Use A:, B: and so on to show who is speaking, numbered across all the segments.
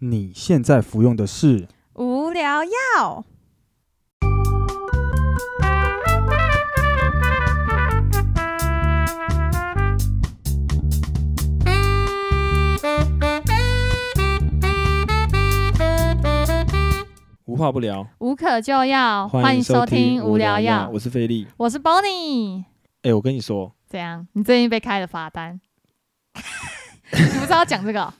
A: 你现在服用的是
B: 无聊药。
A: 无话不聊，
B: 无可救药，欢迎收听无聊药。
A: 我是菲力。
B: 我是 Bonnie，
A: 哎、我跟你说，
B: 怎样？你最近被开了罚 单？你不是要讲这个哦、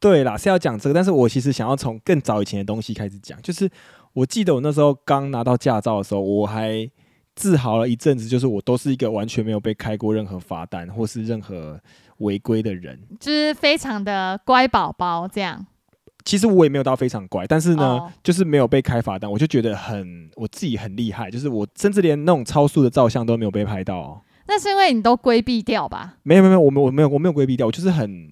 A: 对啦，是要讲这个，但是我其实想要从更早以前的东西开始讲，就是我记得我那时候刚拿到驾照的时候，我还自豪了一阵子，就是我都是一个完全没有被开过任何罚单或是任何违规的人。
B: 就是非常的乖宝宝这样。
A: 其实我也没有到非常乖，但是呢，
B: 哦
A: 就是没有被开罚单，我就觉得很我自己很厉害，就是我甚至连那种超速的照相都没有被拍到、哦。
B: 那是因为你都规避掉吧？
A: 没有没有没有，我没有我没有我没有规避掉，我就是很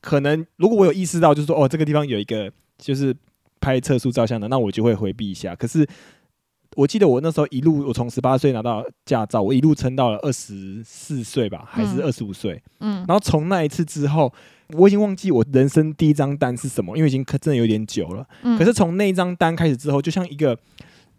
A: 可能，如果我有意识到，就是说哦，这个地方有一个就是拍测速照相的，那我就会回避一下。可是我记得我那时候一路，我从十八岁拿到驾照，我一路撑到了二十四岁吧，还是
B: 嗯
A: 二十五岁。
B: 嗯，
A: 然后从那一次之后，我已经忘记我人生第一张单是什么，因为已经可真的有点久了。
B: 嗯
A: 可是从那一张单开始之后，就像一个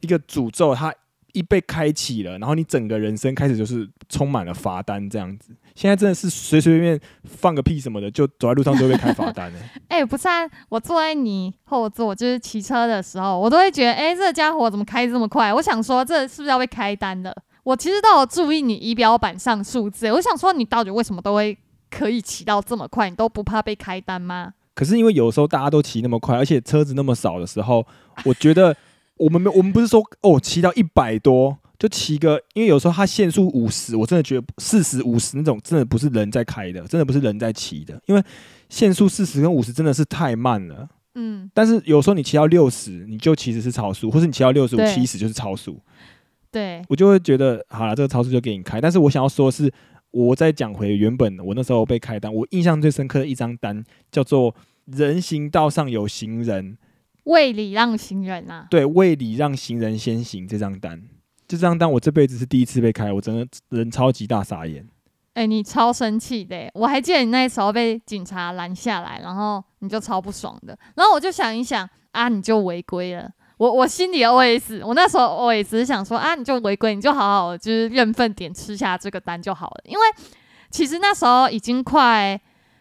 A: 一个诅咒，它一被开启了，然后你整个人生开始就是充满了罚单这样子。现在真的是随随便便放个屁什么的，就走在路上就会被开罚单欸了。
B: 哎、不是啊，我坐在你后座，就是骑车的时候，我都会觉得，哎、这家伙怎么开这么快？我想说，这是不是要被开单了？我其实都有注意你仪表板上数字，我想说，你到底为什么都会可以骑到这么快？你都不怕被开单吗？
A: 可是因为有时候大家都骑那么快，而且车子那么少的时候，我觉得我们没有我们不是说哦骑到一百多。就骑个，因为有时候它限速五十，我真的觉得四十、五十那种真的不是人在开的，真的不是人在骑的，因为限速四十跟五十真的是太慢了。
B: 嗯，
A: 但是有时候你骑到六十，你就其实是超速，或是你骑到六十五、
B: 对
A: 七十就是超速，
B: 对，
A: 我就会觉得好了，这个超速就给你开。但是我想要说的是，我再讲回原本我那时候被开单，我印象最深刻的一张单叫做“人行道上有行人，
B: 为礼让行人啊。
A: 对，为礼让行人先行”这张单。就这张单，我这辈子是第一次被开，我真的人超级大傻眼。
B: 哎、你超生气的欸！我还记得你那时候被警察拦下来，然后你就超不爽的。然后我就想一想，啊，你就违规了。我我心里的 OS，我那时候 OS 是想说，啊，你就违规，你就好好就是认份点吃下这个单就好了。因为其实那时候已经快，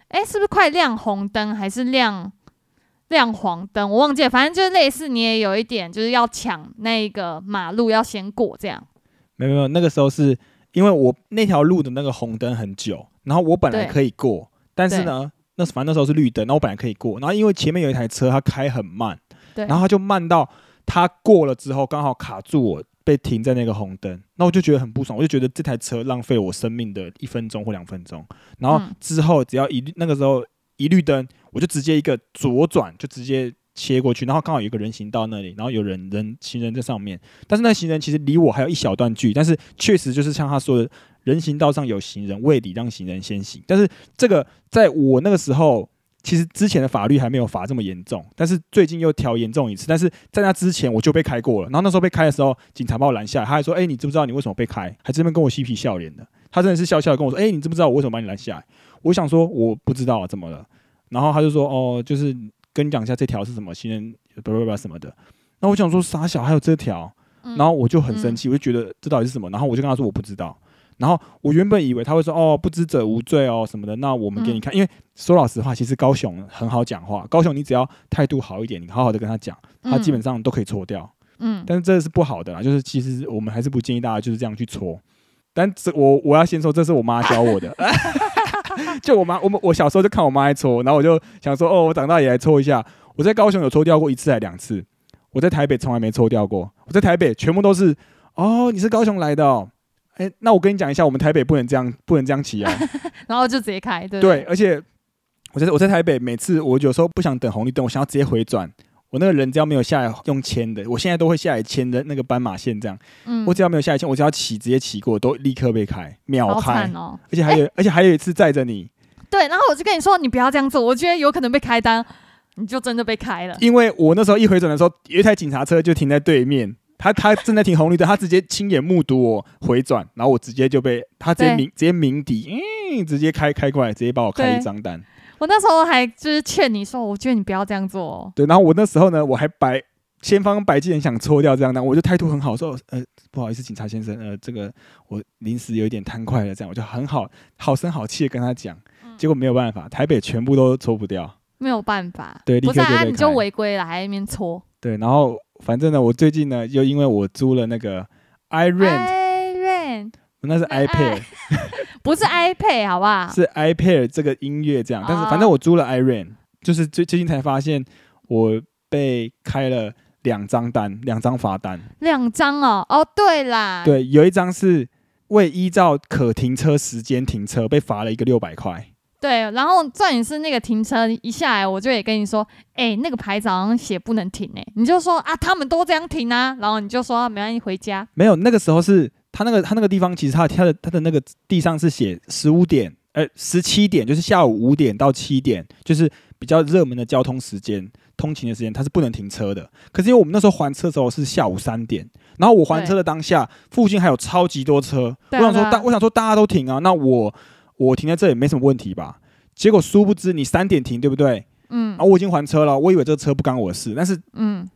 B: 哎、是不是快亮红灯还是亮亮黄灯？我忘记了，反正就是类似你也有一点就是要抢那个马路要先过这样。
A: 没有没有，那个时候是因为我那条路的那个红灯很久，然后我本来
B: 对
A: 可以过，但是呢，那时反正那时候是绿灯，那我本来可以过，然后因为前面有一台车，它开很慢，
B: 对，
A: 然后它就慢到它过了之后刚好卡住我，被停在那个红灯，那我就觉得很不爽，我就觉得这台车浪费我生命的一分钟或两分钟，然后
B: 嗯
A: 之后只要一绿那个时候一绿灯，我就直接一个左转，就直接切过去，然后刚好有一个人行道那里，然后有人人行人在上面，但是那行人其实离我还有一小段距，但是确实就是像他说的，人行道上有行人，为礼让行人先行。但是这个在我那个时候，其实之前的法律还没有罚这么严重，但是最近又调严重一次，但是在那之前我就被开过了。然后那时候被开的时候，警察把我拦下来，他还说：“哎、你知不知道你为什么被开？”还这边跟我嬉皮笑脸的，他真的是笑笑地跟我说：“哎、你知不知道我为什么把你拦下来？”我想说我不知道、啊、怎么了，然后他就说：“哦，就是跟你讲一下这条是什么行人，不不不什么的。”那我想说哦傻小还有这条，
B: 嗯
A: 然后我就很生气，我就觉得这到底是什么？然后我就跟他说我不知道。然后我原本以为他会说哦不知者无罪哦什么的，那我们给你看。
B: 嗯
A: 因为说老实话，其实高雄很好讲话，高雄你只要态度好一点，你好好的跟他讲，他基本上都可以搓掉。
B: 嗯嗯
A: 但是这是不好的啦，就是其实我们还是不建议大家就是这样去搓。但这我我要先说，这是我妈教我的。 就我妈，我们我小时候就看我妈爱搓，然后我就想说，哦，我长大也来搓一下。我在高雄有搓掉过一次还两次，我在台北从来没搓掉过。我在台北全部都是，哦，你是高雄来的哦，哎，那我跟你讲一下，我们台北不能这样，不能这样骑哦。
B: 然后就直接开，对不
A: 对，而且我在我在台北，每次我有时候不想等红绿灯，我想要直接回转。我那个人只要没有下来用牵的，我现在都会下来牵的那个斑马线这样。
B: 嗯
A: 我只要没有下来牵，我只要骑直接骑过，都立刻被开，秒
B: 好
A: 开
B: 惨。哦。
A: 而且还有，而且还有一次载着你，
B: 对，然后我就跟你说，你不要这样做，我觉得有可能被开单，你就真的被开了。
A: 因为我那时候一回转的时候，有一台警察车就停在对面，他他正在停红绿灯，他直接亲眼目睹我回转，然后我直接就被他直接
B: 对
A: 鸣直接鸣笛，嗯，直接开开过来，直接把我开
B: 对
A: 一张单。
B: 我那时候还就是劝你说，我觉得你不要这样做、哦。
A: 对，然后我那时候呢，我还白先方白竟然想搓掉这样的，我就态度很好，说呃不好意思，警察先生，呃这个我临时有一点贪快了，这样我就很好好声好气的跟他讲，结果没有办法，台北全部都搓不掉。
B: 没有办法，
A: 对立
B: 不
A: 刻
B: 是
A: 就
B: 啊，
A: 被
B: 你就
A: 开
B: 违规了，还在那边搓。
A: 对，然后反正呢，我最近呢，又因为我租了那个 iRent，
B: i rent
A: 那是 iPad，
B: 不是 iPad 好不好？
A: 是 iPad 这个音乐这样，但是
B: 啊
A: 反正我租了 iRent，就是最最近才发现我被开了两张单，两张罚单。
B: 两张哦，哦对啦，
A: 对，有一张是未依照可停车时间停车，被罚了一个六百块。
B: 对然后重点是那个停车一下来，我就也跟你说，哎、那个牌子好像写不能停哎、你就说啊，他们都这样停啊，然后你就说没关系，回家。
A: 没有，那个时候是他那个他那个地方，其实他他的他的那个地上是写十五点，呃，十七点，就是下午五点到七点，就是比较热门的交通时间。通勤的时间，它是不能停车的。可是因为我们那时候还车的时候是下午三点，然后我还车的当下，附近还有超级多车。我
B: 对啊
A: 想说
B: 对啊
A: 大，我想说大家都停啊，那我我停在这里没什么问题吧？结果殊不知你三点停，对不对？
B: 嗯
A: 啊，我已经还车了，我以为这个车不干我的事，但是
B: 嗯，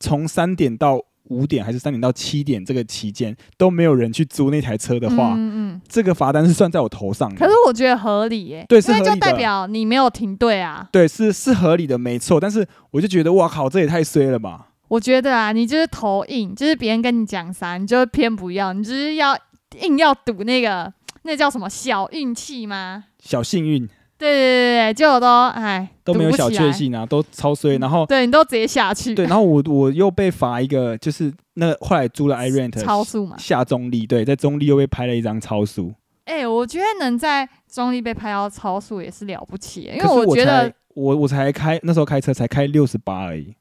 A: 从三点到五点还是三点到七点这个期间都没有人去租那台车的话，
B: 嗯嗯
A: 这个罚单是算在我头上的。
B: 可是我觉得合理哎、
A: 嗯对是
B: 因为
A: 合
B: 就
A: 理的啊
B: 代表你没有停对啊。
A: 对，是是合理的，没错。但是我就觉得，哇靠，这也太衰了吧！
B: 我觉得啊，你就是头硬，就是别人跟你讲啥，你就偏不要，你就是要硬要赌那个那叫什么小运气吗？
A: 小幸运
B: 对对对对，结果都哎
A: 都没有小确，
B: 赌
A: 幸啊，都超衰。然后
B: 不起来嗯对你都直接下去，
A: 对，然后我我又被罚一个，就是那后来租了 iRent
B: 超啊速嘛。
A: 下中立，对，在中立又被拍了一张超速，
B: 哎、我觉得能在中立被拍到超速也是了不起，因为
A: 可是
B: 觉得
A: 才我我才开那时候开车才开六十八而已，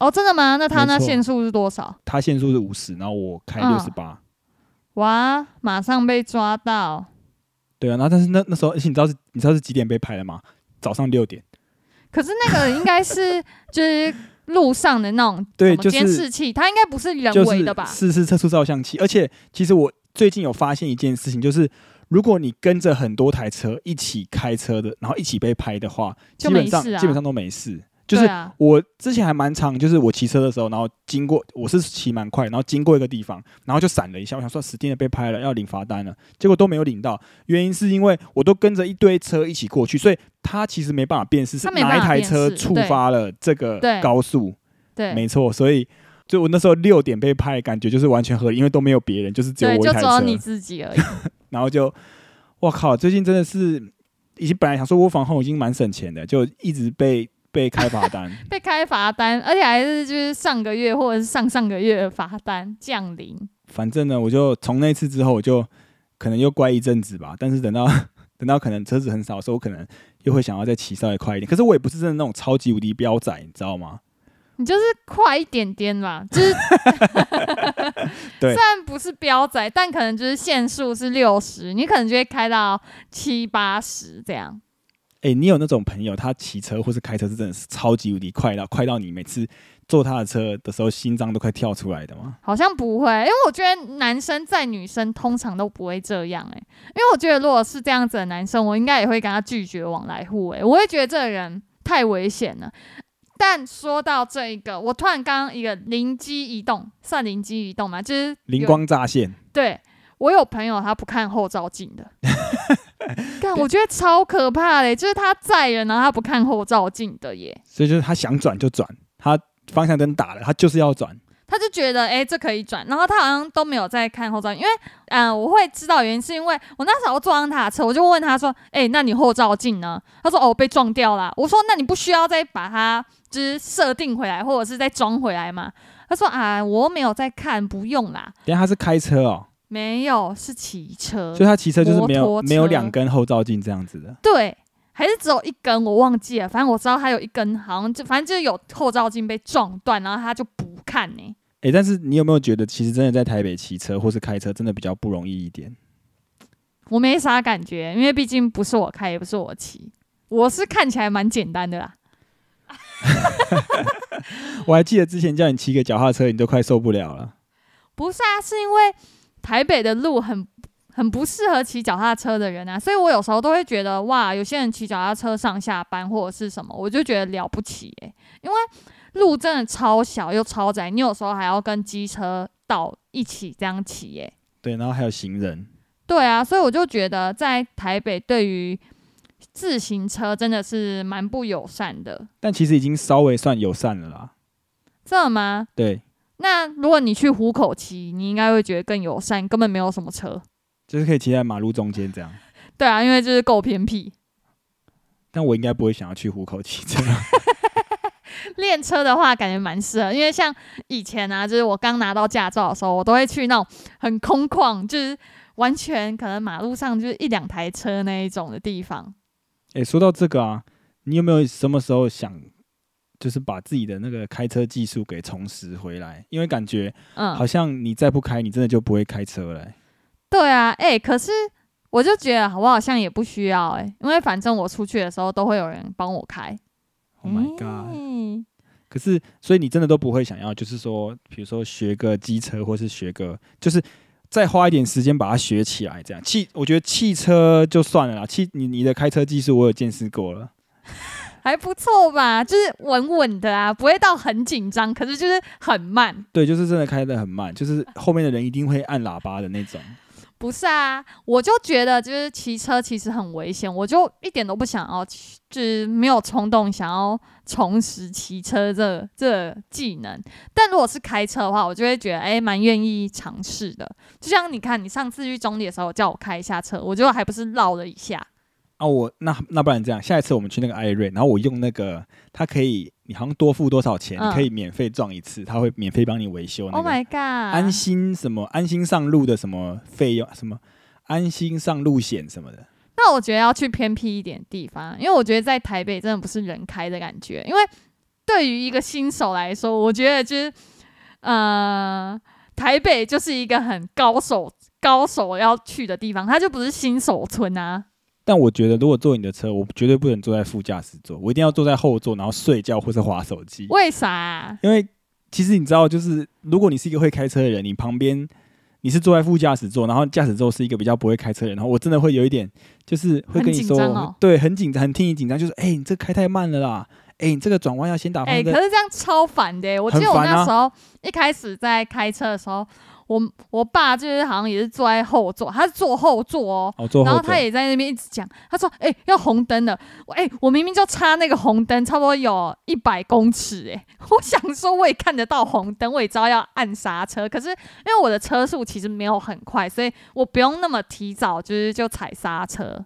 B: 哦，真的吗？那他那
A: 没错
B: 限速是多少？
A: 他限速是五十，然后我开
B: 嗯
A: 六十八。
B: 哇，马上被抓到！
A: 对啊，然后但是那那时候，而且你知道是你知道是几点被拍的吗？早上六点。
B: 可是那个应 该是就是路上的那种
A: 对
B: 什么
A: 就是
B: 监视器，它应该不是人
A: 就
B: 为
A: 是
B: 的吧？
A: 是是测速照相器，而且其实我最近有发现一件事情，就是如果你跟着很多台车一起开车的，然后一起被拍的话，
B: 就
A: 基
B: 没
A: 本上、
B: 事啊，
A: 基本上都没事。就是
B: 对啊，
A: 我之前还蛮常，就是我骑车的时候，然后经过，我是骑蛮快，然后经过一个地方，然后就闪了一下，我想说死定了被拍了，要领罚单了，结果都没有领到，原因是因为我都跟着一堆车一起过去，所以他其实没办法辨识是
B: 他没办法
A: 哪一台
B: 辨识
A: 车触发了这个
B: 对
A: 高速，
B: 对
A: 没错，所以就我那时候六点被拍，感觉就是完全合理，因为都没有别人，就是只有
B: 对，
A: 我
B: 就
A: 一台
B: 只有
A: 车，
B: 你自己而已。
A: 然后就，我靠，最近真的是已经本来想说我防控已经蛮省钱的，就一直被被开罚单。
B: 被开罚单，而且还是就是上个月或者是上上个月的罚单降临。
A: 反正呢，我就从那次之后，我就可能又乖一阵子吧。但是等到 等到可能车子很少的时候，我可能又会想要再骑稍微快一点。可是我也不是真的那种超级无敌飙仔，你知道吗？
B: 你就是快一点点啦，就是
A: 对
B: 虽然不是标仔，但可能就是限速是六十，你可能就会开到七八十这样。
A: 诶，哎你有那种朋友，他骑车或是开车是真的是超级无敌快到快到你每次坐他的车的时候，心脏都快跳出来的吗？
B: 好像不会，因为我觉得男生在女生通常都不会这样哎、因为我觉得如果是这样子的男生，我应该也会跟他拒绝往来户哎、我会觉得这个人太危险了。但说到这一个，我突然刚刚一个灵机一动，算灵机一动嘛，就是有
A: 灵光乍现，
B: 对我有朋友他不看后照镜 的，但我觉得超可怕嘞，就是他载人然后他不看后照镜的耶，
A: 所以就是他想转就转，他方向灯打了，他就是要转。
B: 他就觉得哎、诶这可以转，然后他好像都没有在看后照镜，因为嗯、呃我会知道原因是因为我那时候坐上他的车，我就问他说，哎、那你后照镜呢？他说哦被撞掉了，我说那你不需要再把它就是设定回来或者是再装回来吗？他说啊我又没有在看，不用啦，
A: 等一下他是开车哦，
B: 没有是骑车，
A: 所以他骑车就是没
B: 嗯摩
A: 有
B: 托车
A: 没有两根后照镜这样子的。
B: 对，还是只有一根，我忘记了。反正我知道他有一根，好像就反正就是有后照镜被撞断，然后他就不看欸呢、
A: 诶，但是你有没有觉得，其实真的在台北骑车或是开车，真的比较不容易一点？
B: 我没啥感觉，因为毕竟不是我开，也不是我骑，我是看起来蛮简单的啦。
A: 我还记得之前叫你骑个脚踏车，你都快受不了了。
B: 不是啊，是因为台北的路很很不适合骑脚踏车的人啊，所以我有时候都会觉得哇，有些人骑脚踏车上下班或者是什么，我就觉得了不起诶、因为路真的超小又超窄，你有时候还要跟机车道一起这样骑诶、
A: 对，然后还有行人，
B: 对啊，所以我就觉得在台北对于自行车真的是蛮不友善的，
A: 但其实已经稍微算友善了啦。
B: 这吗？
A: 对，
B: 那如果你去虎口骑，你应该会觉得更友善，根本没有什么车。
A: 就是可以骑在马路中间这样。
B: 对啊，因为就是够偏僻。
A: 但我应该不会想要去虎口骑车。
B: 练车的话，感觉蛮适合，因为像以前啊，就是我刚拿到驾照的时候，我都会去那种很空旷，就是完全可能马路上就是一两台车那一种的地方。
A: 哎、说到这个啊，你有没有什么时候想，就是把自己的那个开车技术给重拾回来？因为感觉好
B: 嗯，
A: 像你再不开，你真的就不会开车了欸、
B: 对啊，哎、可是我就觉得我好像也不需要哎、因为反正我出去的时候都会有人帮我开。
A: Oh my god！、
B: 嗯
A: 可是，所以你真的都不会想要，就是说，比如说学个机车，或是学个，就是再花一点时间把它学起来，这样汽，我觉得汽车就算了啦，汽你你的开车技术我有见识过了，
B: 还不错吧，就是稳稳的啊，不会到很紧张，可是就是很慢。
A: 对，就是真的开得很慢，就是后面的人一定会按喇叭的那种。
B: 不是啊，我就觉得就是骑车其实很危险，我就一点都不想要骑，就是没有冲动想要重拾骑车这这技能。但如果是开车的话，我就会觉得哎，蛮、愿意尝试的。就像你看，你上次去中里的时候叫我开一下车，我就还不是绕了一下。
A: 啊，我那那不然这样，下一次我们去那个艾瑞，然后我用那个，它可以，你好像多付多少钱，
B: 嗯
A: 你可以免费撞一次，它会免费帮你维修哦那
B: Oh
A: 个。
B: my
A: 安
B: god！
A: 心什么安心上路的什么费用什么安心上路险什么的，
B: 那我觉得要去偏僻一点的地方，因为我觉得在台北真的不是人开的感觉。因为对于一个新手来说，我觉得就是呃，台北就是一个很高手高手要去的地方，它就不是新手村啊。
A: 但我觉得如果坐你的车，我绝对不能坐在副驾驶座，我一定要坐在后座，然后睡觉或是划手机，
B: 为啥啊、
A: 因为其实你知道，就是如果你是一个会开车的人，你旁边你是坐在副驾驶座，然后驾驶座是一个比较不会开车的人，然后我真的会有一点，就是会跟你说，
B: 很紧张哦
A: 对，很紧张，很替你紧张，就是哎、你这开太慢了啦，哎、你这个转弯要先打方
B: 哎、
A: 向灯，
B: 可是这样超烦的欸、我记得
A: 很
B: 我
A: 烦啊
B: 那时候一开始在开车的时候，我我爸就是好像也是坐在后座，他是坐后座哦，
A: 哦，坐
B: 然
A: 后
B: 后他
A: 座，
B: 也在那边一直讲，他说：“哎、要红灯了，我哎、我明明就差那个红灯，差不多有一百公尺、哎，我想说我也看得到红灯，我也知道要按刹车，可是因为我的车速其实没有很快，所以我不用那么提早就是就踩刹车。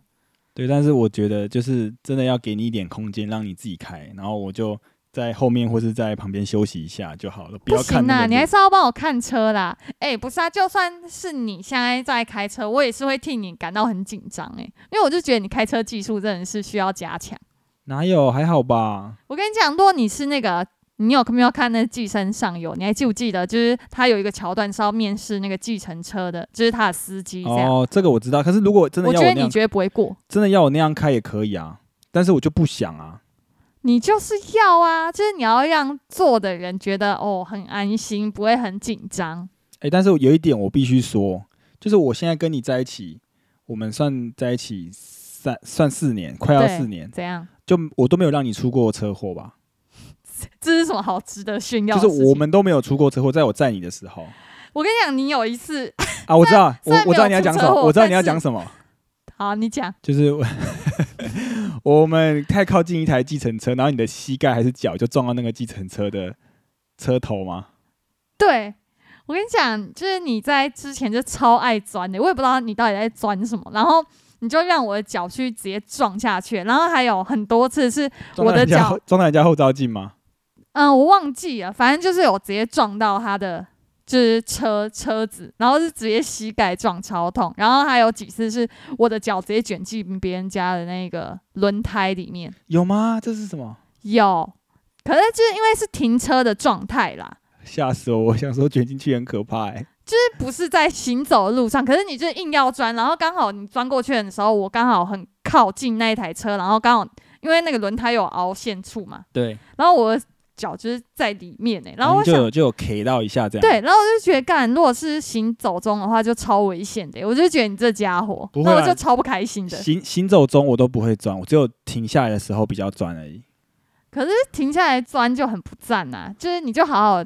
A: 对，但是我觉得就是真的要给你一点空间，让你自己开，然后我就在后面或是在旁边休息一下就好了，不
B: 不
A: 要看
B: 行
A: 那
B: 啦，
A: 个
B: 你还
A: 路
B: 是要帮我看车啦。哎、不是啊，就算是你现在在开车，我也是会替你感到很紧张哎，因为我就觉得你开车技术真的是需要加强。”
A: 哪有还好吧？
B: 我跟你讲，如果你是那个，你有没有看那《寄生上游》？你还记不记得？就是他有一个桥段是要面试那个计程车的，就是他的司机这样。
A: 哦，这个我知道，可是如果真的
B: 我
A: 要
B: 觉
A: 我那
B: 得你
A: 样，
B: 绝对不会过，
A: 真的要我那样开也可以啊，但是我就不想啊。
B: 你就是要啊，就是你要让坐的人觉得哦很安心，不会很紧张。
A: 诶，哎但是有一点我必须说，就是我现在跟你在一起，我们算在一起三算四年，快要
B: 对
A: 四年，
B: 怎样？
A: 就我都没有让你出过车祸吧？
B: 这是什么好值得炫耀
A: 就
B: 的
A: 是
B: 事情？
A: 我们都没有出过车祸，在我载你的时候
B: 我跟你讲，你有一次，
A: 啊，我知道，
B: 虽
A: 我
B: 然
A: 我知道
B: 没有
A: 你要讲
B: 出
A: 什
B: 车
A: 么，
B: 祸
A: 我知道
B: 但
A: 你要
B: 是
A: 讲什么，
B: 好，你讲，
A: 就是我我 们太靠近一台计程车，然后你的膝盖还是脚就撞到那个计程车的车头吗？
B: 对。我跟你讲，就是你在之前就超爱钻的，我也不知道你到底在钻什么，然后你就让我的脚去直接撞下去，然后还有很多次是
A: 撞到
B: 我的
A: 人家
B: 脚
A: 后撞到人家后照镜吗？
B: 嗯，我忘记了，反正就是有直接撞到他的就是车车子，然后是直接膝盖撞超痛，然后还有几次是我的脚直接卷进别人家的那个轮胎里面，
A: 有吗？这是什么？
B: 有，可是就是因为是停车的状态啦，
A: 吓死我！我想说卷进去很可怕、欸，
B: 就是不是在行走的路上，可是你就是硬要钻，然后刚好你钻过去的时候，我刚好很靠近那一台车，然后刚好因为那个轮胎有凹陷处嘛，
A: 对，
B: 然后我的脚就是在里面呢、然后我
A: 就
B: 想
A: 有就有 K 到一下这样。，
B: 对，然后我就觉得，干，如果是行走中的话，就超危险的。我就觉得你这家伙，
A: 不会
B: 那我
A: 啦
B: 就超不开心的。
A: 行行走中我都不会钻，我只有停下来的时候比较钻而已。
B: 可是停下来钻就很不赞呐、就是你就好好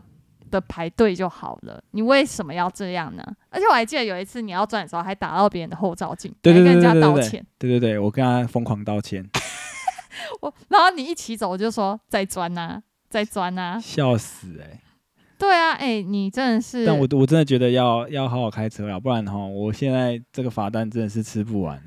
B: 的排队就好了，你为什么要这样呢？而且我还记得有一次你要钻的时候，还打到别人的后照镜，
A: 对对对
B: 还跟人
A: 对
B: 家道
A: 对
B: 歉。
A: 对对对，我跟他疯狂道歉，
B: 我然后你一起走，我就说再钻呐、再钻呐、
A: 笑死哎、
B: 对啊，哎、你真的是，
A: 但我我真的觉得要要好好开车啦，不然哈，我现在这个罚单真的是吃不完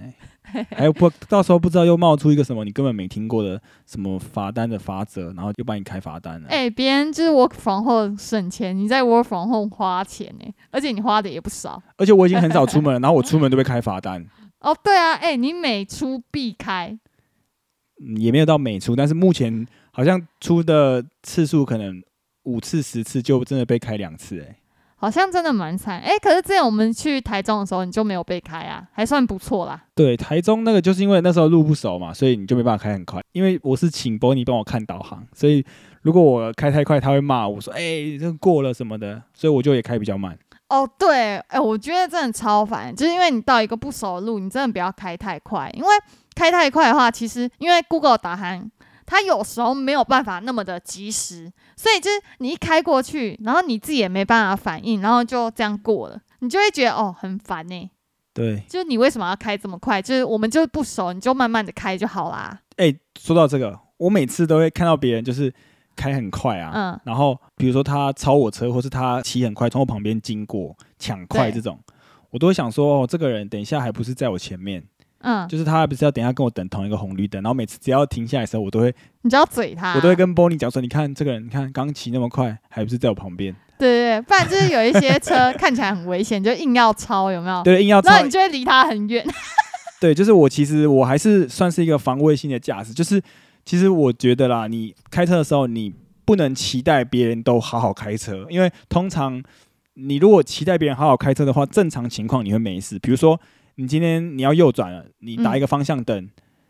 A: 哎、还有不到时候不知道又冒出一个什么你根本没听过的什么罚单的法则，然后又帮你开罚单了。
B: 哎、别人就是 work from home 省钱，你在 work from home 花钱呢、而且你花的也不少。
A: 而且我已经很少出门了，然后我出门都被开罚单，
B: 哦，对啊，哎、你每出必开，
A: 嗯也没有到每出，但是目前好像出的次数可能五次十次就真的被开两次哎、
B: 好像真的蛮惨。哎、可是之前我们去台中的时候，你就没有被开啊，还算不错啦。
A: 对，台中那个就是因为那时候路不熟嘛，所以你就没办法开很快。因为我是请 Bonnie 帮我看导航，所以如果我开太快，他会骂我说：“哎、这个过了什么的。”所以我就也开比较慢。
B: 哦，对，哎、我觉得真的超烦，就是因为你到一个不熟的路，你真的不要开太快，因为开太快的话，其实因为 Google 导航它有时候没有办法那么的及时，所以就是你一开过去，然后你自己也没办法反应，然后就这样过了，你就会觉得哦很烦呢、
A: 对，
B: 就是你为什么要开这么快？就是我们就是不熟，你就慢慢的开就好啦。
A: 哎、说到这个，我每次都会看到别人就是开很快啊，
B: 嗯，
A: 然后比如说他超我车，或是他骑很快从我旁边经过抢快
B: 对
A: 这种，我都会想说：“哦，这个人等一下还不是在我前面，
B: 嗯，
A: 就是他不是要等一下跟我等同一个红绿灯。”然后每次只要停下来的时候，我都会
B: 你就要嘴他，
A: 我都会跟 Bonnie 讲说，你看这个人，你看刚骑那么快，还不是在我旁边？
B: 对对对，不然就是有一些车 看起来很危险，你就硬要超，有没有？
A: 对，硬要超
B: 然，后你就会离他很远。
A: 对，就是我其实我还是算是一个防卫性的驾驶，就是其实我觉得啦，你开车的时候，你不能期待别人都好好开车，因为通常你如果期待别人好好开车的话，正常情况你会没事。比如说你今天你要右转了，你打一个方向灯。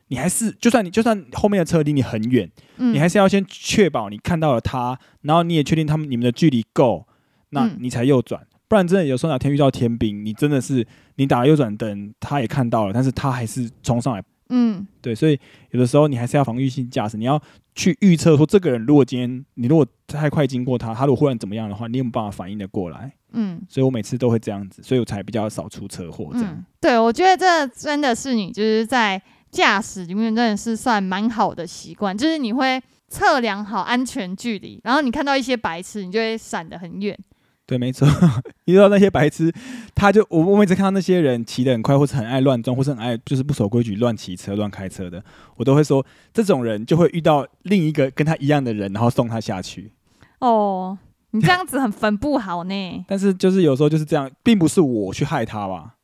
A: 你还是，就算你就算后面的车离你很远，
B: 嗯
A: 你还是要先确保你看到了他，然后你也确定他们你们的距离够，那
B: 嗯
A: 你才右转。不然真的有时候哪天遇到天兵，你真的是你打了右转灯，他也看到了，但是他还是冲上来。
B: 嗯，
A: 对，所以有的时候你还是要防御性驾驶，你要去预测说这个人如果今天你如果太快经过他，他如果忽然怎么样的话，你有没有办法反应的过来？
B: 嗯
A: 所以我每次都会这样子，所以我才比较少出车祸这样。
B: 嗯，对，我觉得这真的是你就是在驾驶里面真的是算蛮好的习惯，就是你会测量好安全距离，然后你看到一些白痴，你就会闪得很远。
A: 对，没错。 遇到那些白痴，他就我我每次看到那些人骑得很快，或是很爱乱撞，或是很爱就是不守规矩乱骑车、乱开车的，我都会说这种人就会遇到另一个跟他一样的人，然后送他下去。
B: 哦，你这样子很分不好呢。
A: 但是就是有时候就是这样，并不是我去害他吧，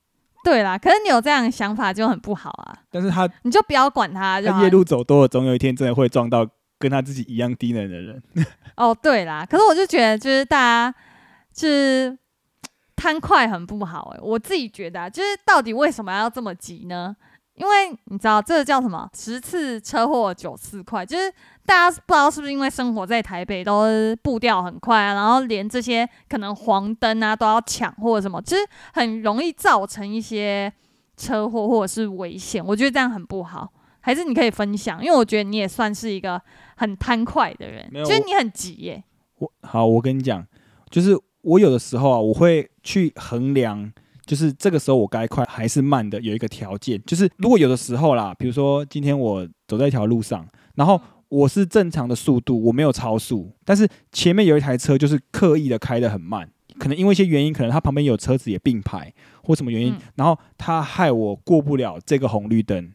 B: 对啦，可是你有这样的想法就很不好啊，
A: 但是他
B: 你就不要管他就好
A: 他
B: 了
A: 夜。路走多了，总有一天真的会撞到跟他自己一样低能的人。
B: 哦，对啦，可是我就觉得就是大家就是贪快很不好诶、我自己觉得、啊、就是到底为什么要这么急呢？因为你知道这个叫什么？十次车祸九次快，就是大家不知道是不是因为生活在台北，都是步调很快啊，然后连这些可能黄灯啊都要抢或者什么，就是很容易造成一些车祸或者是危险。我觉得这样很不好，还是你可以分享，因为我觉得你也算是一个很贪快的人，
A: 没有
B: 就是
A: 我
B: 你很急欸耶、
A: 我好，我跟你讲，就是我有的时候啊，我会去衡量，就是这个时候我该快还是慢的，有一个条件，就是如果有的时候啦，比如说今天我走在一条路上，然后我是正常的速度，我没有超速，但是前面有一台车就是刻意的开得很慢。可能因为一些原因，可能他旁边有车子也并排，或什么原因，
B: 嗯
A: 然后他害我过不了这个红绿灯，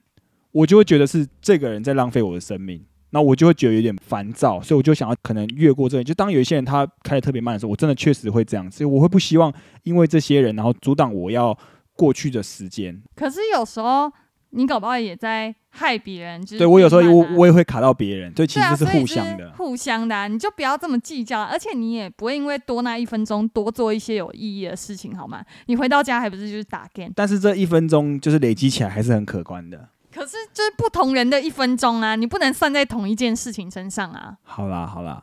A: 我就会觉得是这个人在浪费我的生命。那我就会觉得有点烦躁，所以我就想要可能越过这里。就当有一些人他开的特别慢的时候，我真的确实会这样，所以我会不希望因为这些人然后阻挡我要过去的时间。
B: 可是有时候你搞不好也在害别人，就是
A: 对我有时候
B: 慢
A: 我
B: 啊
A: 我也会卡到别人，所以其
B: 对啊
A: 实是
B: 所以
A: 互相的。
B: 互相的、啊，你就不要这么计较啊，而且你也不会因为多那一分钟多做一些有意义的事情，好吗？你回到家还不是就是打 game？
A: 但是这一分钟就是累积起来还是很可观的。
B: 可是就是不同人的一分钟啊，你不能算在同一件事情身上啊。
A: 好啦好啦，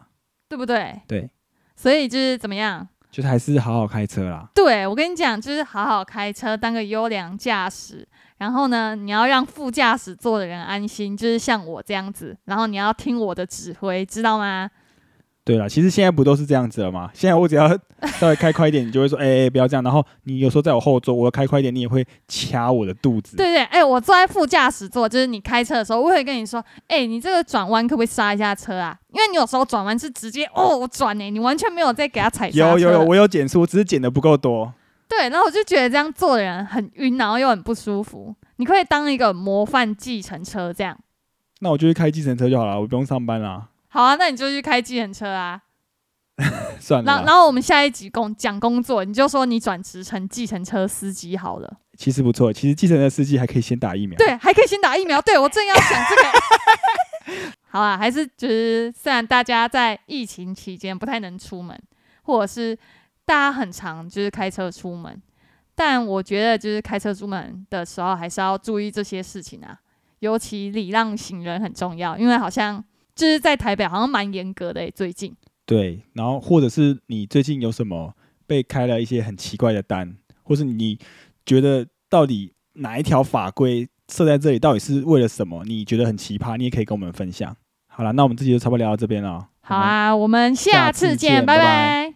B: 对不对？
A: 对，
B: 所以就是怎么样？
A: 就是还是好好开车啦。
B: 对我跟你讲，就是好好开车，当个优良驾驶。然后呢，你要让副驾驶座的人安心，就是像我这样子。然后你要听我的指挥，知道吗？
A: 对啦，其实现在不都是这样子了吗？现在我只要稍微开快一点，你就会说，哎、 哎、不要这样。然后你有时候在我后座，我开快一点，你也会掐我的肚子。
B: 对对，哎、我坐在副驾驶座，就是你开车的时候，我会跟你说，哎、你这个转弯可不可以刹一下车啊？因为你有时候转弯是直接哦我转呢、你完全没有在给他踩刹
A: 有
B: 车。
A: 有有，我有减速，只是减的不够多。
B: 对，然后我就觉得这样做的人很晕，然后又很不舒服。你可以当一个模范计程车这样。
A: 那我就去开计程车就好了，我不用上班啦，
B: 好啊，那你就去开计程车啊。
A: 算了
B: 然后，
A: 啦。
B: 然后我们下一集工讲工作，你就说你转职成计程车司机好了。
A: 其实不错，其实计程车司机还可以先打疫苗。
B: 对，啊还可以先打疫苗。对我正要想这个。 好啊，还是就是虽然大家在疫情期间不太能出门，或者是大家很常就是开车出门，但我觉得就是开车出门的时候还是要注意这些事情啊，尤其礼让行人很重要，因为好像就是在台北好像蛮严格的、欸、最近。
A: 对，然后或者是你最近有什么被开了一些很奇怪的单，或是你觉得到底哪一条法规设在这里，到底是为了什么？你觉得很奇葩，你也可以跟我们分享。好了，那我们这集就差不多聊到这边了。哦
B: 好，啊，我们下
A: 下
B: 次
A: 次
B: 见，
A: 见
B: 拜
A: 拜
B: 拜